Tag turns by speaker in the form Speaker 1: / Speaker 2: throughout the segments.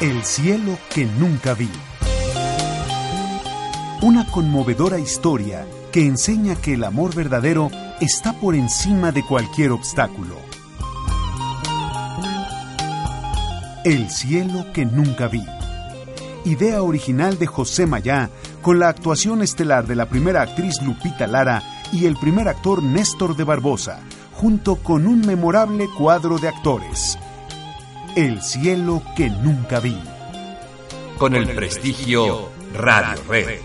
Speaker 1: El cielo que nunca vi. Una conmovedora historia que enseña que el amor verdadero está por encima de cualquier obstáculo. El cielo que nunca vi. Idea original de José Mayá, con la actuación estelar de la primera actriz Lupita Lara y el primer actor Néstor de Barbosa, junto con un memorable cuadro de actores. El cielo que nunca vi.
Speaker 2: con el prestigio Radio Red.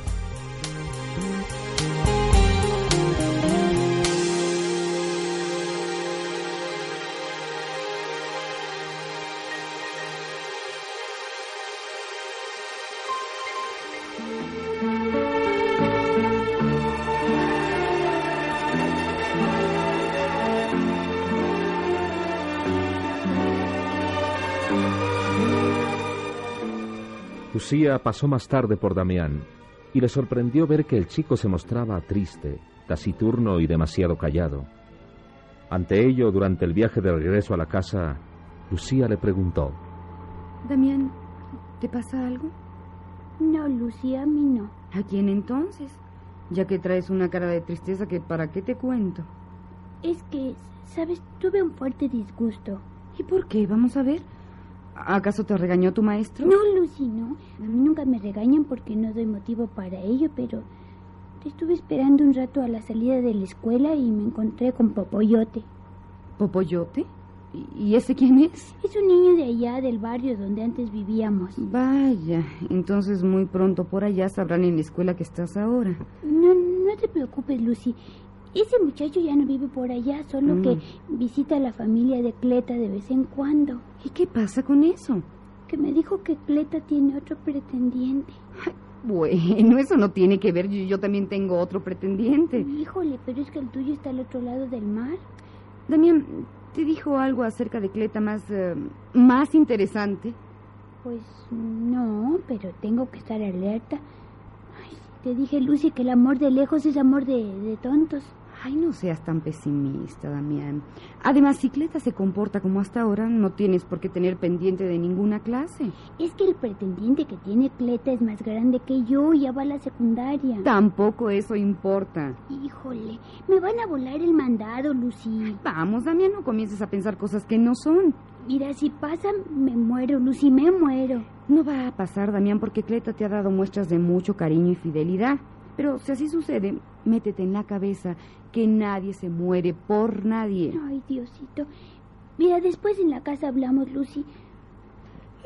Speaker 3: Lucía pasó más tarde por Damián y le sorprendió ver que el chico se mostraba triste, taciturno y demasiado callado. Ante ello, durante el viaje de regreso a la casa, Lucía le preguntó.
Speaker 4: Damián, ¿te pasa algo?
Speaker 5: No, Lucía, a mí no.
Speaker 4: ¿A quién entonces? Ya que traes una cara de tristeza que para qué te cuento.
Speaker 5: Es que, sabes, tuve un fuerte disgusto.
Speaker 4: ¿Y por qué? Vamos a ver. ¿Acaso te regañó tu maestro?
Speaker 5: No, Lucy, no. A mí nunca me regañan porque no doy motivo para ello, pero te estuve esperando un rato a la salida de la escuela y me encontré con Popoyote.
Speaker 4: ¿Popoyote? ¿Y- ¿Y ese quién es?
Speaker 5: Es un niño de allá del barrio donde antes vivíamos.
Speaker 4: Vaya, entonces muy pronto por allá sabrán en la escuela que estás ahora.
Speaker 5: No, no te preocupes, Lucy. Ese muchacho ya no vive por allá, solo que visita a la familia de Cleta de vez en cuando.
Speaker 4: ¿Y qué pasa con eso?
Speaker 5: Que me dijo que Cleta tiene otro pretendiente.
Speaker 4: Bueno, eso no tiene que ver. Yo, yo también tengo otro pretendiente.
Speaker 5: Híjole, pero es que el tuyo está al otro lado del mar.
Speaker 4: Damián, ¿te dijo algo acerca de Cleta más, eh, más interesante?
Speaker 5: Pues no, pero tengo que estar alerta. Ay, te dije, Lucy, que el amor de lejos es amor de, de tontos.
Speaker 4: Ay, no seas tan pesimista, Damián. Además, si Cleta se comporta como hasta ahora, no tienes por qué tener pendiente de ninguna clase.
Speaker 5: Es que el pretendiente que tiene Cleta es más grande que yo y ya va a la secundaria.
Speaker 4: Tampoco eso importa.
Speaker 5: Híjole, me van a volar el mandado, Lucy.
Speaker 4: Vamos, Damián, no comiences a pensar cosas que no son.
Speaker 5: Mira, si pasa, me muero, Lucy, me muero.
Speaker 4: No va a pasar, Damián, porque Cleta te ha dado muestras de mucho cariño y fidelidad. Pero si así sucede, métete en la cabeza que nadie se muere por nadie.
Speaker 5: Ay, Diosito. Mira, después en la casa hablamos, Lucy.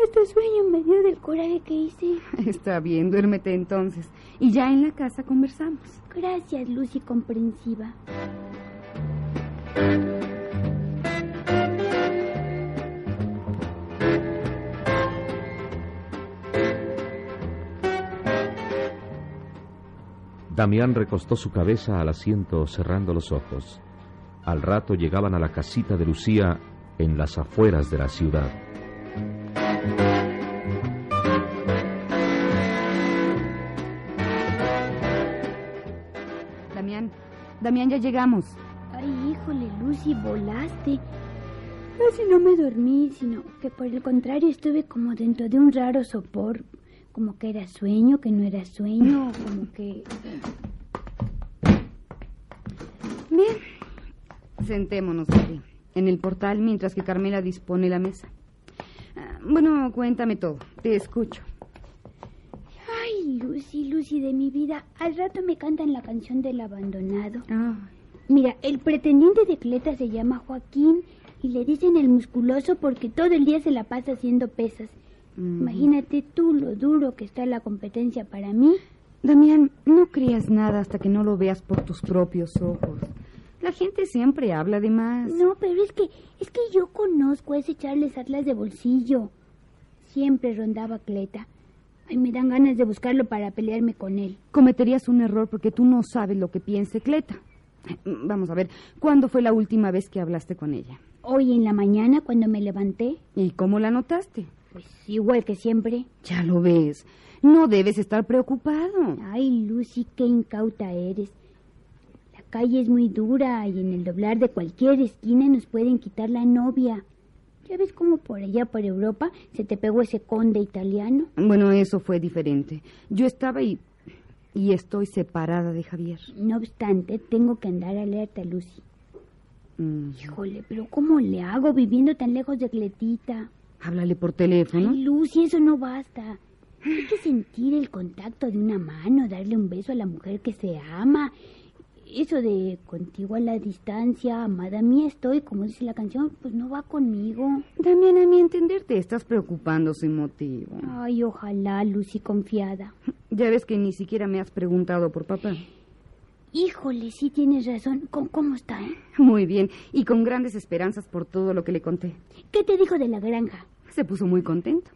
Speaker 5: Este sueño me dio del coraje que hice.
Speaker 4: Está bien, duérmete entonces. Y ya en la casa conversamos.
Speaker 5: Gracias, Lucy comprensiva.
Speaker 3: Damián recostó su cabeza al asiento cerrando los ojos. Al rato llegaban a la casita de Lucía en las afueras de la ciudad.
Speaker 4: Damián, Damián, ya llegamos.
Speaker 5: Ay, híjole, Lucy, volaste. Casi no me dormí, sino que por el contrario estuve como dentro de un raro sopor. Como que era sueño, que no era sueño, como que...
Speaker 4: Bien, sentémonos aquí, en el portal, mientras que Carmela dispone la mesa. Ah, Bueno, cuéntame todo, te escucho.
Speaker 5: Ay, Lucy, Lucy de mi vida, al rato me cantan la canción del abandonado.
Speaker 4: Ah,
Speaker 5: Mira, el pretendiente de Cleta se llama Joaquín y le dicen el musculoso porque todo el día se la pasa haciendo pesas. Imagínate tú lo duro que está la competencia para mí.
Speaker 4: Damián, no creas nada hasta que no lo veas por tus propios ojos. La gente siempre habla de más.
Speaker 5: No, pero es que, es que yo conozco a ese Charles Atlas de bolsillo. Siempre rondaba Cleta. Ay, me dan ganas de buscarlo para pelearme con él.
Speaker 4: Cometerías un error porque tú no sabes lo que piense Cleta. Mm, Vamos a ver, ¿cuándo fue la última vez que hablaste con ella?
Speaker 5: Hoy en la mañana, cuando me levanté,
Speaker 4: ¿Y cómo la notaste?
Speaker 5: pues igual que siempre.
Speaker 4: Ya lo ves. No debes estar preocupado.
Speaker 5: Ay, Lucy, qué incauta eres. La calle es muy dura y en el doblar de cualquier esquina nos pueden quitar la novia. ¿Ya ves cómo por allá, por Europa, se te pegó ese conde italiano?
Speaker 4: Bueno, eso fue diferente. Yo estaba y. y estoy separada de Javier.
Speaker 5: No obstante, tengo que andar alerta, Lucy.
Speaker 4: Mm.
Speaker 5: Híjole, pero ¿cómo le hago viviendo tan lejos de Cletita?
Speaker 4: Háblale por
Speaker 5: Ay,
Speaker 4: teléfono.
Speaker 5: Lucy, eso no basta. Hay que sentir el contacto de una mano, darle un beso a la mujer que se ama. Eso de contigo a la distancia, amada mía estoy, como dice la canción, pues no va conmigo.
Speaker 4: También a mi entender te estás preocupando sin motivo.
Speaker 5: Ay, ojalá, Lucy confiada.
Speaker 4: Ya ves que ni siquiera me has preguntado por papá.
Speaker 5: Híjole, sí tienes razón. ¿Con cómo está? eh?
Speaker 4: Muy bien, y con grandes esperanzas por todo lo que le conté.
Speaker 5: ¿Qué te dijo de la granja?
Speaker 4: Se puso muy contento.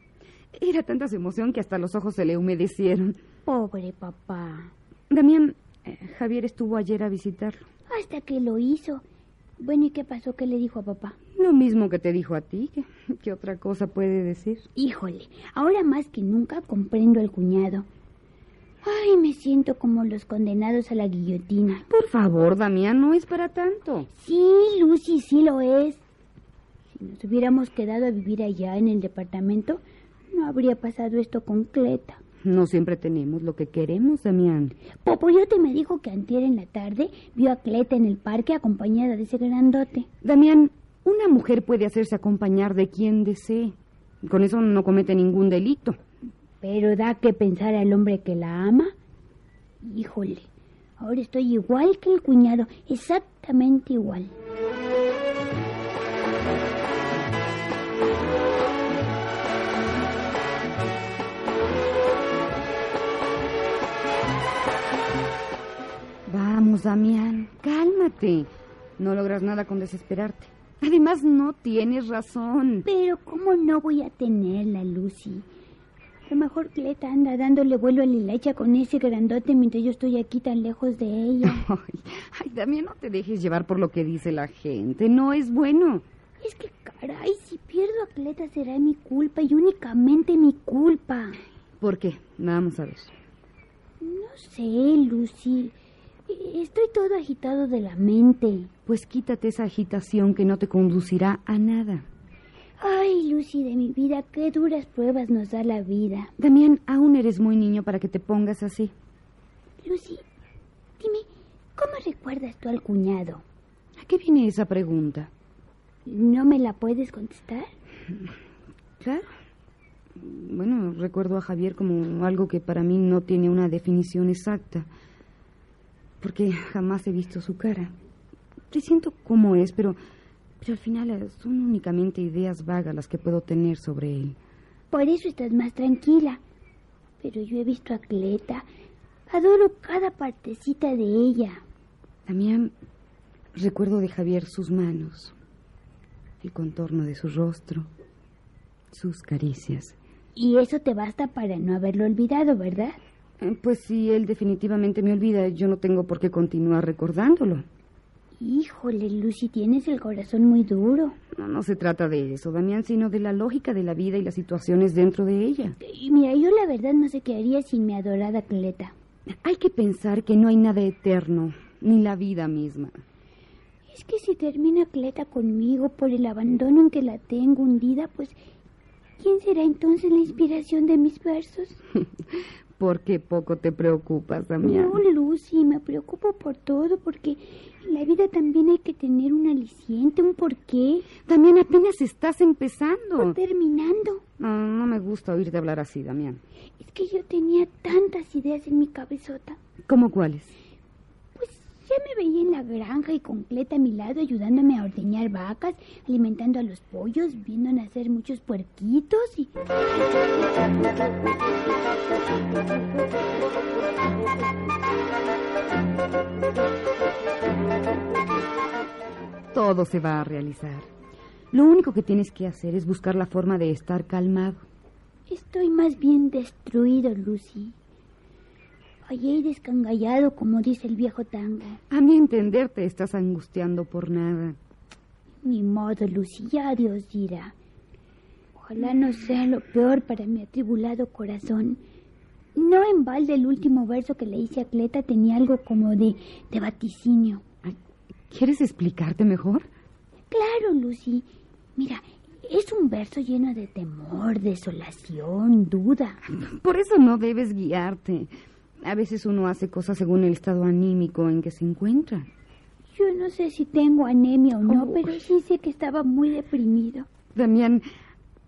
Speaker 4: Era tanta su emoción que hasta los ojos se le humedecieron.
Speaker 5: Pobre papá.
Speaker 4: Damián, eh, Javier estuvo ayer a visitarlo.
Speaker 5: Hasta que lo hizo. Bueno, ¿y qué pasó? ¿Qué le dijo a papá?
Speaker 4: Lo mismo que te dijo a ti, ¿qué, qué otra cosa puede decir?
Speaker 5: Híjole, ahora más que nunca comprendo al cuñado. Ay, me siento como los condenados a la guillotina.
Speaker 4: Por favor, Damián, no es para tanto.
Speaker 5: Sí, Lucy, sí lo es. Si nos hubiéramos quedado a vivir allá en el departamento, no habría pasado esto con Cleta.
Speaker 4: No siempre tenemos lo que queremos, Damián.
Speaker 5: Popoyote me dijo que antier en la tarde vio a Cleta en el parque acompañada de ese grandote.
Speaker 4: Damián, una mujer puede hacerse acompañar de quien desee. Con eso no comete ningún delito.
Speaker 5: Pero da que pensar al hombre que la ama. Híjole, ahora estoy igual que el cuñado, exactamente igual.
Speaker 4: Vamos, Damián, cálmate. No logras nada con desesperarte. Además, no tienes razón.
Speaker 5: Pero ¿cómo no voy a tenerla, Lucy? A lo mejor Cleta anda dándole vuelo a la hilacha con ese grandote mientras yo estoy aquí tan lejos de ella.
Speaker 4: Ay, ay, Damián, no te dejes llevar por lo que dice la gente. No es bueno.
Speaker 5: es que, caray, si pierdo a Cleta será mi culpa y únicamente mi culpa.
Speaker 4: ¿Por qué? Vamos a ver.
Speaker 5: No sé, Lucy. E- Estoy todo agitado de la mente.
Speaker 4: Pues quítate esa agitación que no te conducirá a nada.
Speaker 5: Ay, Lucy de mi vida, qué duras pruebas nos da la vida.
Speaker 4: Damián, aún eres muy niño para que te pongas así.
Speaker 5: Lucy, dime, ¿cómo recuerdas tú al cuñado?
Speaker 4: ¿A qué viene esa pregunta?
Speaker 5: ¿No me la puedes contestar?
Speaker 4: Claro. Bueno, recuerdo a Javier como algo que para mí no tiene una definición exacta, porque jamás he visto su cara. Presiento cómo es, pero, pero al final eh, son únicamente ideas vagas las que puedo tener sobre él.
Speaker 5: Por eso estás más tranquila. Pero yo he visto a Cleta. Adoro cada partecita de ella.
Speaker 4: También recuerdo de Javier sus manos, el contorno de su rostro, sus caricias.
Speaker 5: Y eso te basta para no haberlo olvidado, ¿verdad?
Speaker 4: Eh, Pues si él definitivamente me olvida, yo no tengo por qué continuar recordándolo.
Speaker 5: Híjole, Lucy, tienes el corazón muy duro.
Speaker 4: No, no se trata de eso, Damián, sino de la lógica de la vida y las situaciones dentro de ella.
Speaker 5: Y mira, yo la verdad no sé qué haría sin mi adorada Cleta.
Speaker 4: Hay que pensar que no hay nada eterno, ni la vida misma.
Speaker 5: Es que si termina Cleta conmigo por el abandono en que la tengo hundida, pues ¿quién será entonces la inspiración de mis versos?
Speaker 4: Porque poco te preocupas, Damián.
Speaker 5: No, Lucy, me preocupo por todo porque en la vida también hay que tener un aliciente, un porqué.
Speaker 4: Damián, apenas estás empezando.
Speaker 5: Terminando,
Speaker 4: No, no me gusta oírte hablar así, Damián.
Speaker 5: es que yo tenía tantas ideas en mi cabezota.
Speaker 4: ¿Cómo cuáles?
Speaker 5: Pues ya me veía en la granja y con Cleta a mi lado ayudándome a ordeñar vacas, alimentando a los pollos, viendo nacer muchos puerquitos y...
Speaker 4: Todo se va a realizar. Lo único que tienes que hacer es buscar la forma de estar calmado.
Speaker 5: Estoy más bien destruido, Lucy. Fallé y descangallado, como dice el viejo tango.
Speaker 4: A mi entender, te estás angustiando por nada.
Speaker 5: Ni modo, Lucy, ya Dios dirá. Ojalá no sea lo peor para mi atribulado corazón. No en balde el último verso que le hice a Cleta tenía algo como de, de vaticinio.
Speaker 4: ¿Quieres explicarte mejor?
Speaker 5: Claro, Lucy. Mira, es un verso lleno de temor, desolación, duda.
Speaker 4: Por eso no debes guiarte. A veces uno hace cosas según el estado anímico en que se encuentra.
Speaker 5: Yo no sé si tengo anemia o no, pero sí sé que estaba muy deprimido.
Speaker 4: Damián,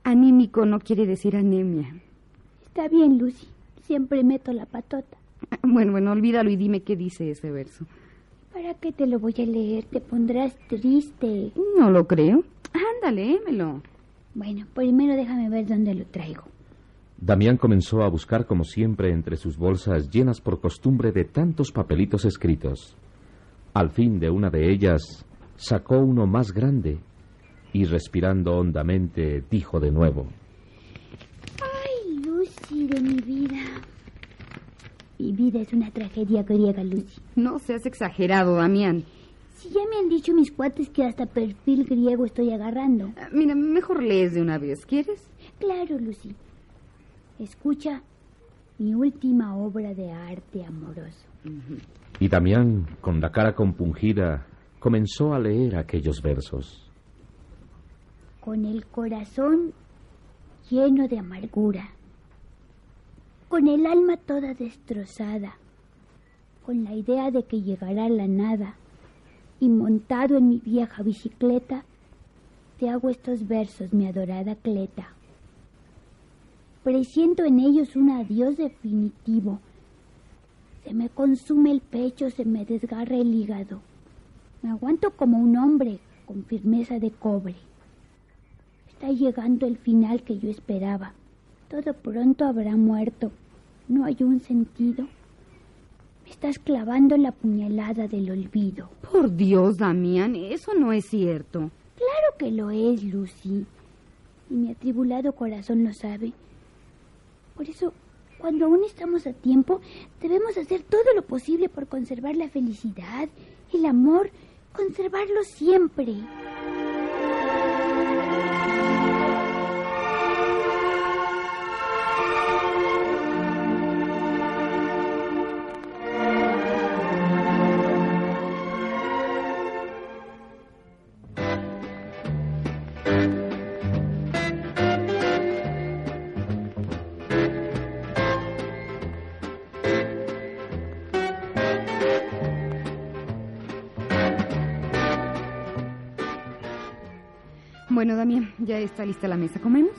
Speaker 4: anímico no quiere decir anemia.
Speaker 5: Está bien, Lucy. Siempre meto la patota.
Speaker 4: Bueno, bueno, olvídalo y dime qué dice ese verso.
Speaker 5: ¿Para qué te lo voy a leer? Te pondrás triste.
Speaker 4: No lo creo. Ándale, léemelo.
Speaker 5: Bueno, primero déjame ver dónde lo traigo.
Speaker 3: Damián comenzó a buscar como siempre entre sus bolsas llenas por costumbre de tantos papelitos escritos. Al fin de una de ellas sacó uno más grande y respirando hondamente dijo de nuevo.
Speaker 5: Ay, Lucy de mi vida. Mi vida es una tragedia griega, Lucy.
Speaker 4: No seas exagerado, Damián.
Speaker 5: Si ya me han dicho mis cuates que hasta perfil griego estoy agarrando.
Speaker 4: Ah, Mira, mejor lees de una vez, ¿quieres?
Speaker 5: Claro, Lucy. Escucha mi última obra de arte amoroso.
Speaker 3: Y Damián, con la cara compungida, comenzó a leer aquellos versos.
Speaker 5: Con el corazón lleno de amargura. Con el alma toda destrozada. Con la idea de que llegará la nada. Y montado en mi vieja bicicleta, te hago estos versos, mi adorada Cleta. Presiento en ellos un adiós definitivo. Se me consume el pecho, se me desgarra el hígado. Me aguanto como un hombre, con firmeza de cobre. Está llegando el final que yo esperaba. Todo pronto habrá muerto. No hay un sentido. Me estás clavando la puñalada del olvido.
Speaker 4: Por Dios, Damián, eso no es cierto.
Speaker 5: Claro que lo es, Lucy. Y mi atribulado corazón lo sabe. Por eso, cuando aún estamos a tiempo, debemos hacer todo lo posible por conservar la felicidad, el amor, conservarlo siempre.
Speaker 4: Bueno, Damián, ya está lista la mesa. ¿Comemos?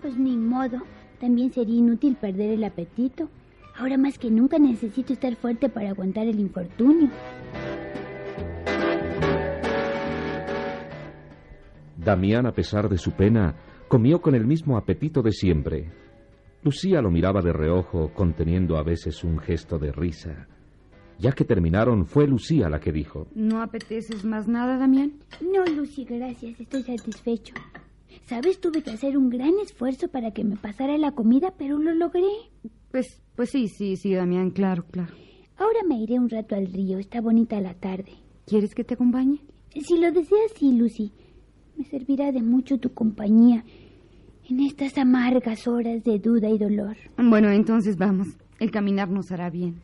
Speaker 5: Pues ni modo. También sería inútil perder el apetito. Ahora más que nunca necesito estar fuerte para aguantar el infortunio.
Speaker 3: Damián, a pesar de su pena, comió con el mismo apetito de siempre. Lucía lo miraba de reojo, conteniendo a veces un gesto de risa. Ya que terminaron, fue Lucía la que dijo.
Speaker 4: ¿No apeteces más nada, Damián?
Speaker 5: No, Lucy, gracias. Estoy satisfecho. Sabes, tuve que hacer un gran esfuerzo para que me pasara la comida, pero lo logré.
Speaker 4: Pues, pues sí, sí, sí, Damián, claro, claro.
Speaker 5: Ahora me iré un rato al río. Está bonita la tarde.
Speaker 4: ¿Quieres que te acompañe?
Speaker 5: Si lo deseas, sí, Lucy. Me servirá de mucho tu compañía en estas amargas horas de duda y dolor.
Speaker 4: Bueno, entonces vamos. El caminar nos hará bien.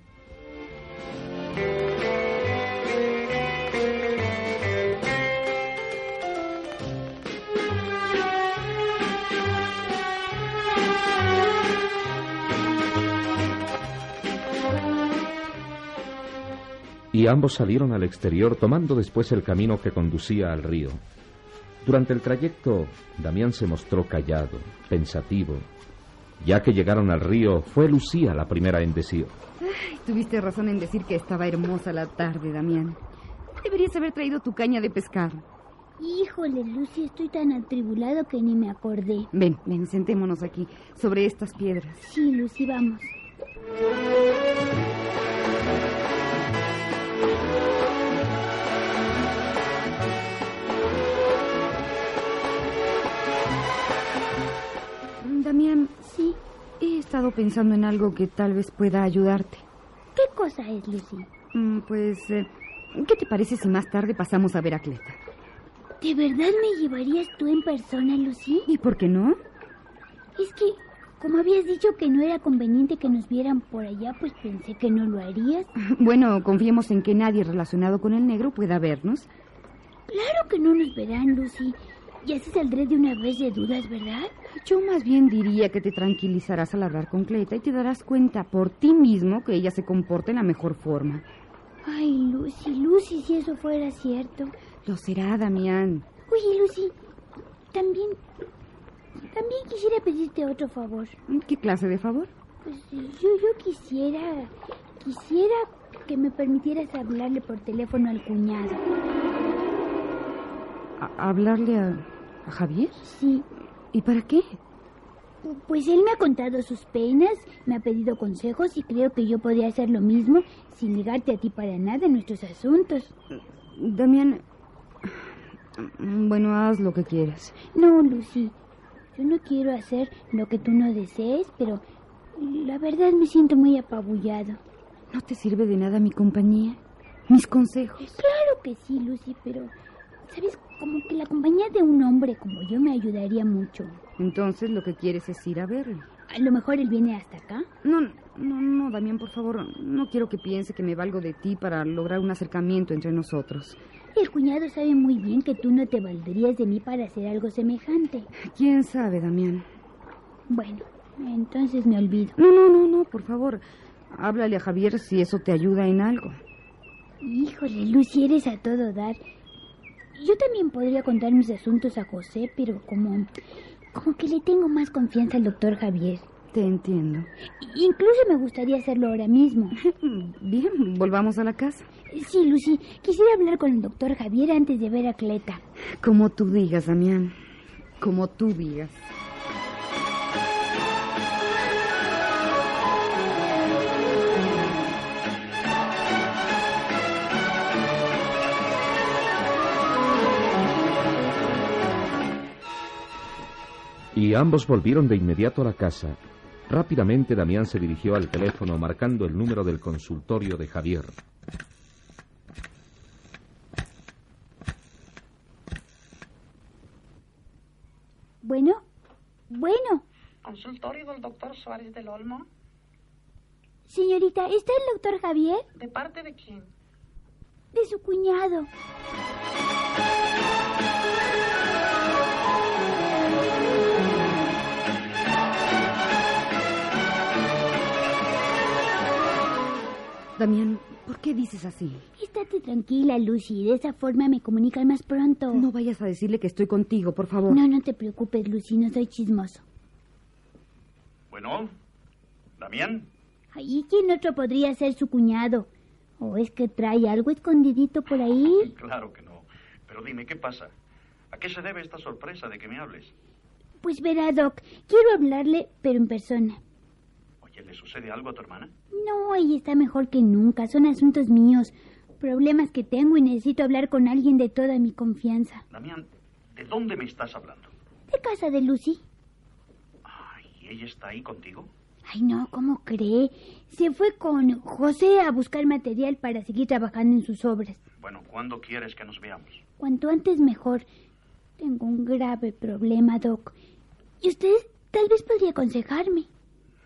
Speaker 3: y ambos salieron al exterior tomando después el camino que conducía al río. Durante el trayecto, Damián se mostró callado, pensativo. Ya que llegaron al río, fue Lucía la primera en decir.
Speaker 4: Ay, tuviste razón en decir que estaba hermosa la tarde, Damián. Deberías haber traído tu caña de pescar.
Speaker 5: Híjole, Lucy, estoy tan atribulado que ni me acordé.
Speaker 4: Ven, ven, sentémonos aquí, sobre estas piedras.
Speaker 5: Sí, Lucy, vamos.
Speaker 4: Mm, Damián,
Speaker 5: Sí.
Speaker 4: he estado pensando en algo que tal vez pueda ayudarte.
Speaker 5: ¿Qué cosa es, Lucy?
Speaker 4: Mm, Pues, eh, ¿qué te parece si más tarde pasamos a ver a Cleta?
Speaker 5: ¿De verdad me llevarías tú en persona, Lucy?
Speaker 4: ¿Y por qué no?
Speaker 5: Es que, como habías dicho que no era conveniente que nos vieran por allá, pues pensé que no lo harías.
Speaker 4: Bueno, confiemos en que nadie relacionado con el negro pueda vernos.
Speaker 5: Claro que no nos verán, Lucy. Y así saldré de una vez de dudas, ¿verdad?
Speaker 4: Yo más bien diría que te tranquilizarás al hablar con Cleta y te darás cuenta por ti mismo que ella se comporta en la mejor forma.
Speaker 5: Ay, Lucy, Lucy, si eso fuera cierto.
Speaker 4: Lo será, Damián.
Speaker 5: Oye, Lucy, también... También quisiera pedirte otro favor.
Speaker 4: ¿Qué clase de favor?
Speaker 5: Pues eh, yo, yo quisiera... Quisiera que me permitieras hablarle por teléfono al cuñado.
Speaker 4: ¿A- ¿Hablarle a, a Javier?
Speaker 5: Sí,
Speaker 4: ¿Y para qué?
Speaker 5: Pues él me ha contado sus penas, me ha pedido consejos y creo que yo podría hacer lo mismo sin ligarte a ti para nada en nuestros asuntos.
Speaker 4: Damián... mm, Bueno, haz lo que quieras.
Speaker 5: No, Lucy, yo no quiero hacer lo que tú no desees, pero la verdad me siento muy apabullado.
Speaker 4: ¿No te sirve de nada mi compañía? ¿Mis consejos?
Speaker 5: Claro que sí, Lucy, pero sabes, como que la compañía de un hombre como yo me ayudaría mucho.
Speaker 4: Entonces lo que quieres es ir a verlo.
Speaker 5: A lo mejor él viene hasta acá.
Speaker 4: No, no, no, Damián, por favor, no quiero que piense que me valgo de ti para lograr un acercamiento entre nosotros.
Speaker 5: El cuñado sabe muy bien que tú no te valdrías de mí para hacer algo semejante.
Speaker 4: ¿Quién sabe, Damián?
Speaker 5: Bueno, entonces me olvido.
Speaker 4: No, no, no, no, por favor, háblale a Javier si eso te ayuda en algo.
Speaker 5: Híjole, Lucy, eres a todo dar. Yo también podría contar mis asuntos a José, pero como... Como que le tengo más confianza al doctor Javier.
Speaker 4: Te entiendo.
Speaker 5: I- Incluso me gustaría hacerlo ahora mismo.
Speaker 4: Bien, volvamos a la casa.
Speaker 5: Sí, Lucy, quisiera hablar con el doctor Javier antes de ver a Cleta.
Speaker 4: Como tú digas, Damián. Como tú digas.
Speaker 3: Y ambos volvieron de inmediato a la casa. Rápidamente Damián se dirigió al teléfono marcando el número del consultorio de Javier.
Speaker 5: Bueno, bueno.
Speaker 6: Consultorio del doctor Suárez del Olmo.
Speaker 5: Señorita, ¿está el doctor Javier?
Speaker 6: ¿De parte de quién?
Speaker 5: De su cuñado.
Speaker 4: Damián, ¿por qué dices así?
Speaker 5: Estate tranquila, Lucy. De esa forma me comunican más pronto.
Speaker 4: No vayas a decirle que estoy contigo, por favor.
Speaker 5: no, no te preocupes, Lucy. No soy chismoso.
Speaker 7: Bueno, Damián,
Speaker 5: ¿Y quién otro podría ser su cuñado? ¿O es que trae algo escondidito por ahí?
Speaker 7: claro que no. Pero dime, ¿qué pasa? ¿A qué se debe esta sorpresa de que me hables?
Speaker 5: Pues verá, Doc, quiero hablarle, pero en persona.
Speaker 7: Oye, ¿le sucede algo a tu hermana?
Speaker 5: No, ella está mejor que nunca. Son asuntos míos, problemas que tengo y necesito hablar con alguien de toda mi confianza.
Speaker 7: Damián, ¿de dónde me estás hablando?
Speaker 5: ¿De casa de Lucy?
Speaker 7: Ay, ¿ella está ahí contigo?
Speaker 5: Ay, no, ¿cómo cree? Se fue con José a buscar material para seguir trabajando en sus obras.
Speaker 7: Bueno, ¿cuándo quieres que nos veamos?
Speaker 5: Cuanto antes mejor. Tengo un grave problema, Doc. Y usted tal vez podría aconsejarme.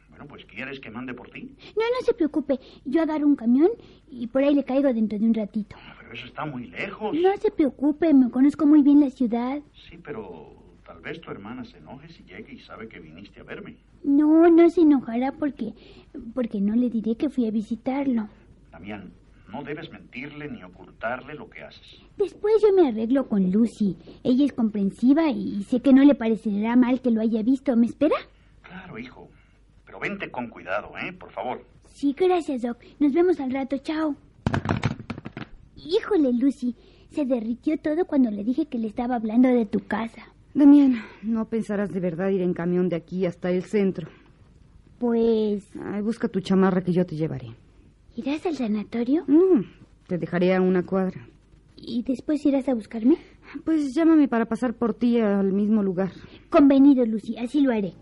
Speaker 7: Bueno, pues ¿quieres que mande por ti?
Speaker 5: No, no se preocupe. Yo agarro un camión y por ahí le caigo dentro de un ratito.
Speaker 7: Ah, Pero eso está muy lejos.
Speaker 5: No se preocupe, me conozco muy bien la ciudad.
Speaker 7: Sí, pero tal vez tu hermana se enoje si llegue y sabe que viniste a verme.
Speaker 5: No, no se enojará porque porque no le diré que fui a visitarlo.
Speaker 7: Damián, no debes mentirle ni ocultarle lo que haces.
Speaker 5: Después yo me arreglo con Lucy. Ella es comprensiva y sé que no le parecerá mal que lo haya visto. ¿Me espera?
Speaker 7: Claro, hijo. Pero vente con cuidado, ¿eh? Por favor.
Speaker 5: Sí, gracias, Doc. Nos vemos al rato. Chao. Híjole, Lucy. Se derritió todo cuando le dije que le estaba hablando de tu casa.
Speaker 4: Damián, no pensarás de verdad ir en camión de aquí hasta el centro.
Speaker 5: Pues,
Speaker 4: Ay, busca tu chamarra que yo te llevaré.
Speaker 5: ¿irás al sanatorio?
Speaker 4: No, te dejaré a una cuadra.
Speaker 5: ¿Y después irás a buscarme?
Speaker 4: Pues llámame para pasar por ti al mismo lugar.
Speaker 5: Convenido, Lucy, así lo haré.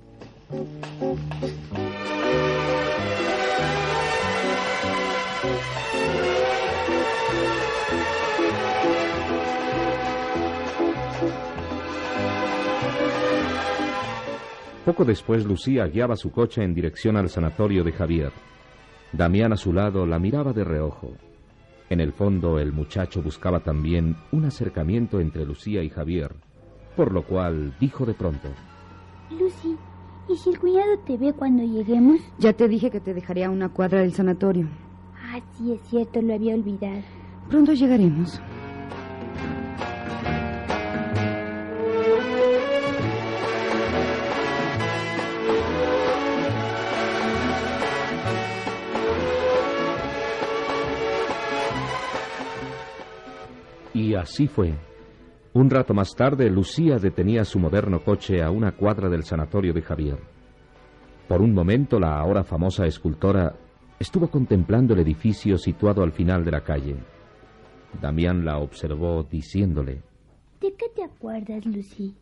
Speaker 3: Poco después, Lucía guiaba su coche en dirección al sanatorio de Javier. Damián a su lado la miraba de reojo. En el fondo, el muchacho buscaba también un acercamiento entre Lucía y Javier, por lo cual dijo de pronto,
Speaker 5: Lucy, ¿y si el cuñado te ve cuando lleguemos?
Speaker 4: Ya te dije que te dejaría a una cuadra del sanatorio.
Speaker 5: Ah, sí, es cierto, lo había olvidado.
Speaker 4: Pronto llegaremos.
Speaker 3: y así fue. Un rato más tarde, Lucía detenía su moderno coche a una cuadra del sanatorio de Javier. Por un momento, la ahora famosa escultora estuvo contemplando el edificio situado al final de la calle. Damián la observó diciéndole,
Speaker 5: ¿De qué te acuerdas, Lucy?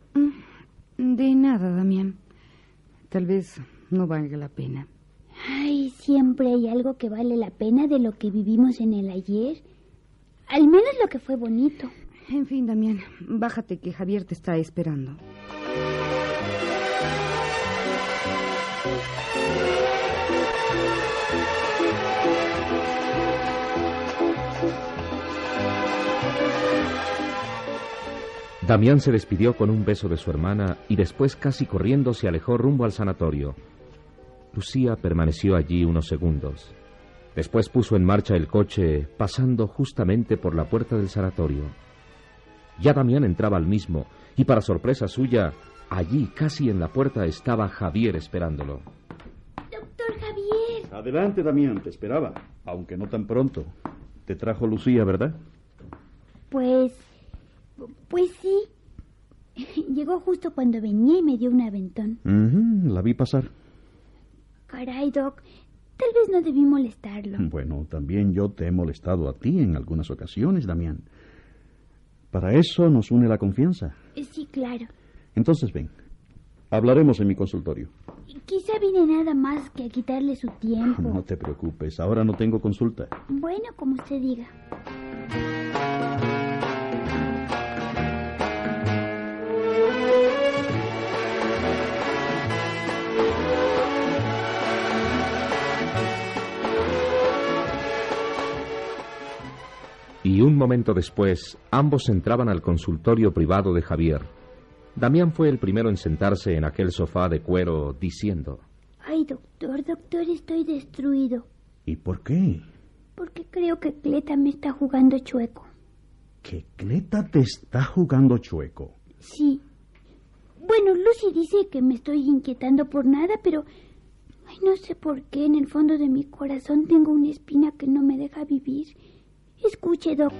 Speaker 4: De nada, Damián. Tal vez no valga la pena.
Speaker 5: Ay, siempre hay algo que vale la pena de lo que vivimos en el ayer. Al menos lo que fue bonito.
Speaker 4: En fin, Damián, bájate que Javier te está esperando.
Speaker 3: Damián se despidió con un beso de su hermana y después casi corriendo se alejó rumbo al sanatorio. Lucía permaneció allí unos segundos. Después puso en marcha el coche, pasando justamente por la puerta del sanatorio. Ya Damián entraba al mismo, y para sorpresa suya, allí, casi en la puerta, estaba Javier esperándolo.
Speaker 5: Doctor Javier,
Speaker 8: Adelante, Damián, te esperaba, aunque no tan pronto. Te trajo Lucía, ¿verdad?
Speaker 5: pues... Pues sí. Llegó justo cuando venía y me dio un aventón.
Speaker 8: la vi pasar.
Speaker 5: Caray, Doc, tal vez no debí molestarlo.
Speaker 8: Bueno, también yo te he molestado a ti en algunas ocasiones, Damián. Para eso nos une la confianza.
Speaker 5: Sí, claro.
Speaker 8: Entonces ven, hablaremos en mi consultorio.
Speaker 5: Quizá vine nada más que a quitarle su tiempo.
Speaker 8: No te preocupes, ahora no tengo consulta.
Speaker 5: Bueno, como usted diga.
Speaker 3: Y un momento después, ambos entraban al consultorio privado de Javier. Damián fue el primero en sentarse en aquel sofá de cuero, diciendo,
Speaker 5: Ay, doctor, doctor, estoy destruido.
Speaker 8: ¿Y por qué?
Speaker 5: Porque creo que Cleta me está jugando chueco.
Speaker 8: Que Cleta te está jugando chueco.
Speaker 5: Sí. Bueno, Lucy dice que me estoy inquietando por nada, pero... Ay, no sé por qué en el fondo de mi corazón tengo una espina que no me deja vivir. Escuche, Doc.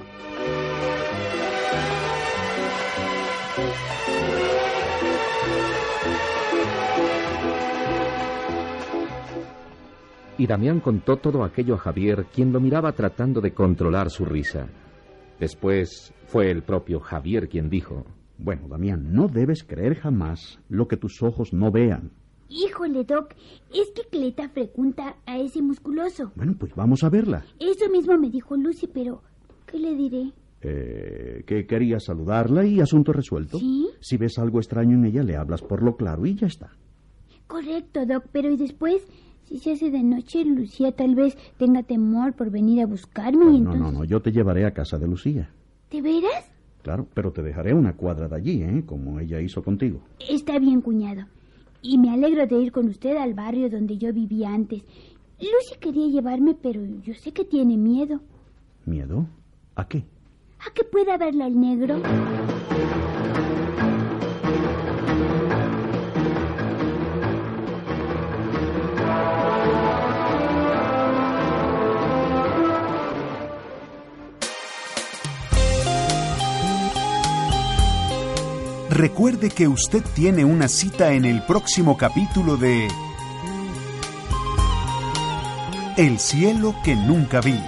Speaker 3: y Damián contó todo aquello a Javier, quien lo miraba tratando de controlar su risa. Después fue el propio Javier quien dijo,
Speaker 8: Bueno, Damián, no debes creer jamás lo que tus ojos no vean.
Speaker 5: Híjole, Doc, es que Cleta frecuenta a ese musculoso.
Speaker 8: Bueno, pues vamos a verla.
Speaker 5: Eso mismo me dijo Lucy, pero... ¿Qué le diré?
Speaker 8: Eh, que quería saludarla y asunto resuelto.
Speaker 5: ¿Sí?
Speaker 8: Si ves algo extraño en ella, le hablas por lo claro y ya está.
Speaker 5: Correcto, Doc, pero ¿y después? Si se hace de noche, Lucía tal vez tenga temor por venir a buscarme y
Speaker 8: No,
Speaker 5: entonces...
Speaker 8: no, no, yo te llevaré a casa de Lucía.
Speaker 5: ¿De veras?
Speaker 8: Claro, pero te dejaré una cuadra de allí, ¿eh? Como ella hizo contigo.
Speaker 5: Está bien, cuñado. Y me alegro de ir con usted al barrio donde yo vivía antes. Lucy quería llevarme, pero yo sé que tiene miedo.
Speaker 8: ¿Miedo? ¿A qué?
Speaker 5: ¿A que pueda verlo el negro?
Speaker 1: Recuerde que usted tiene una cita en el próximo capítulo de El cielo que nunca vi.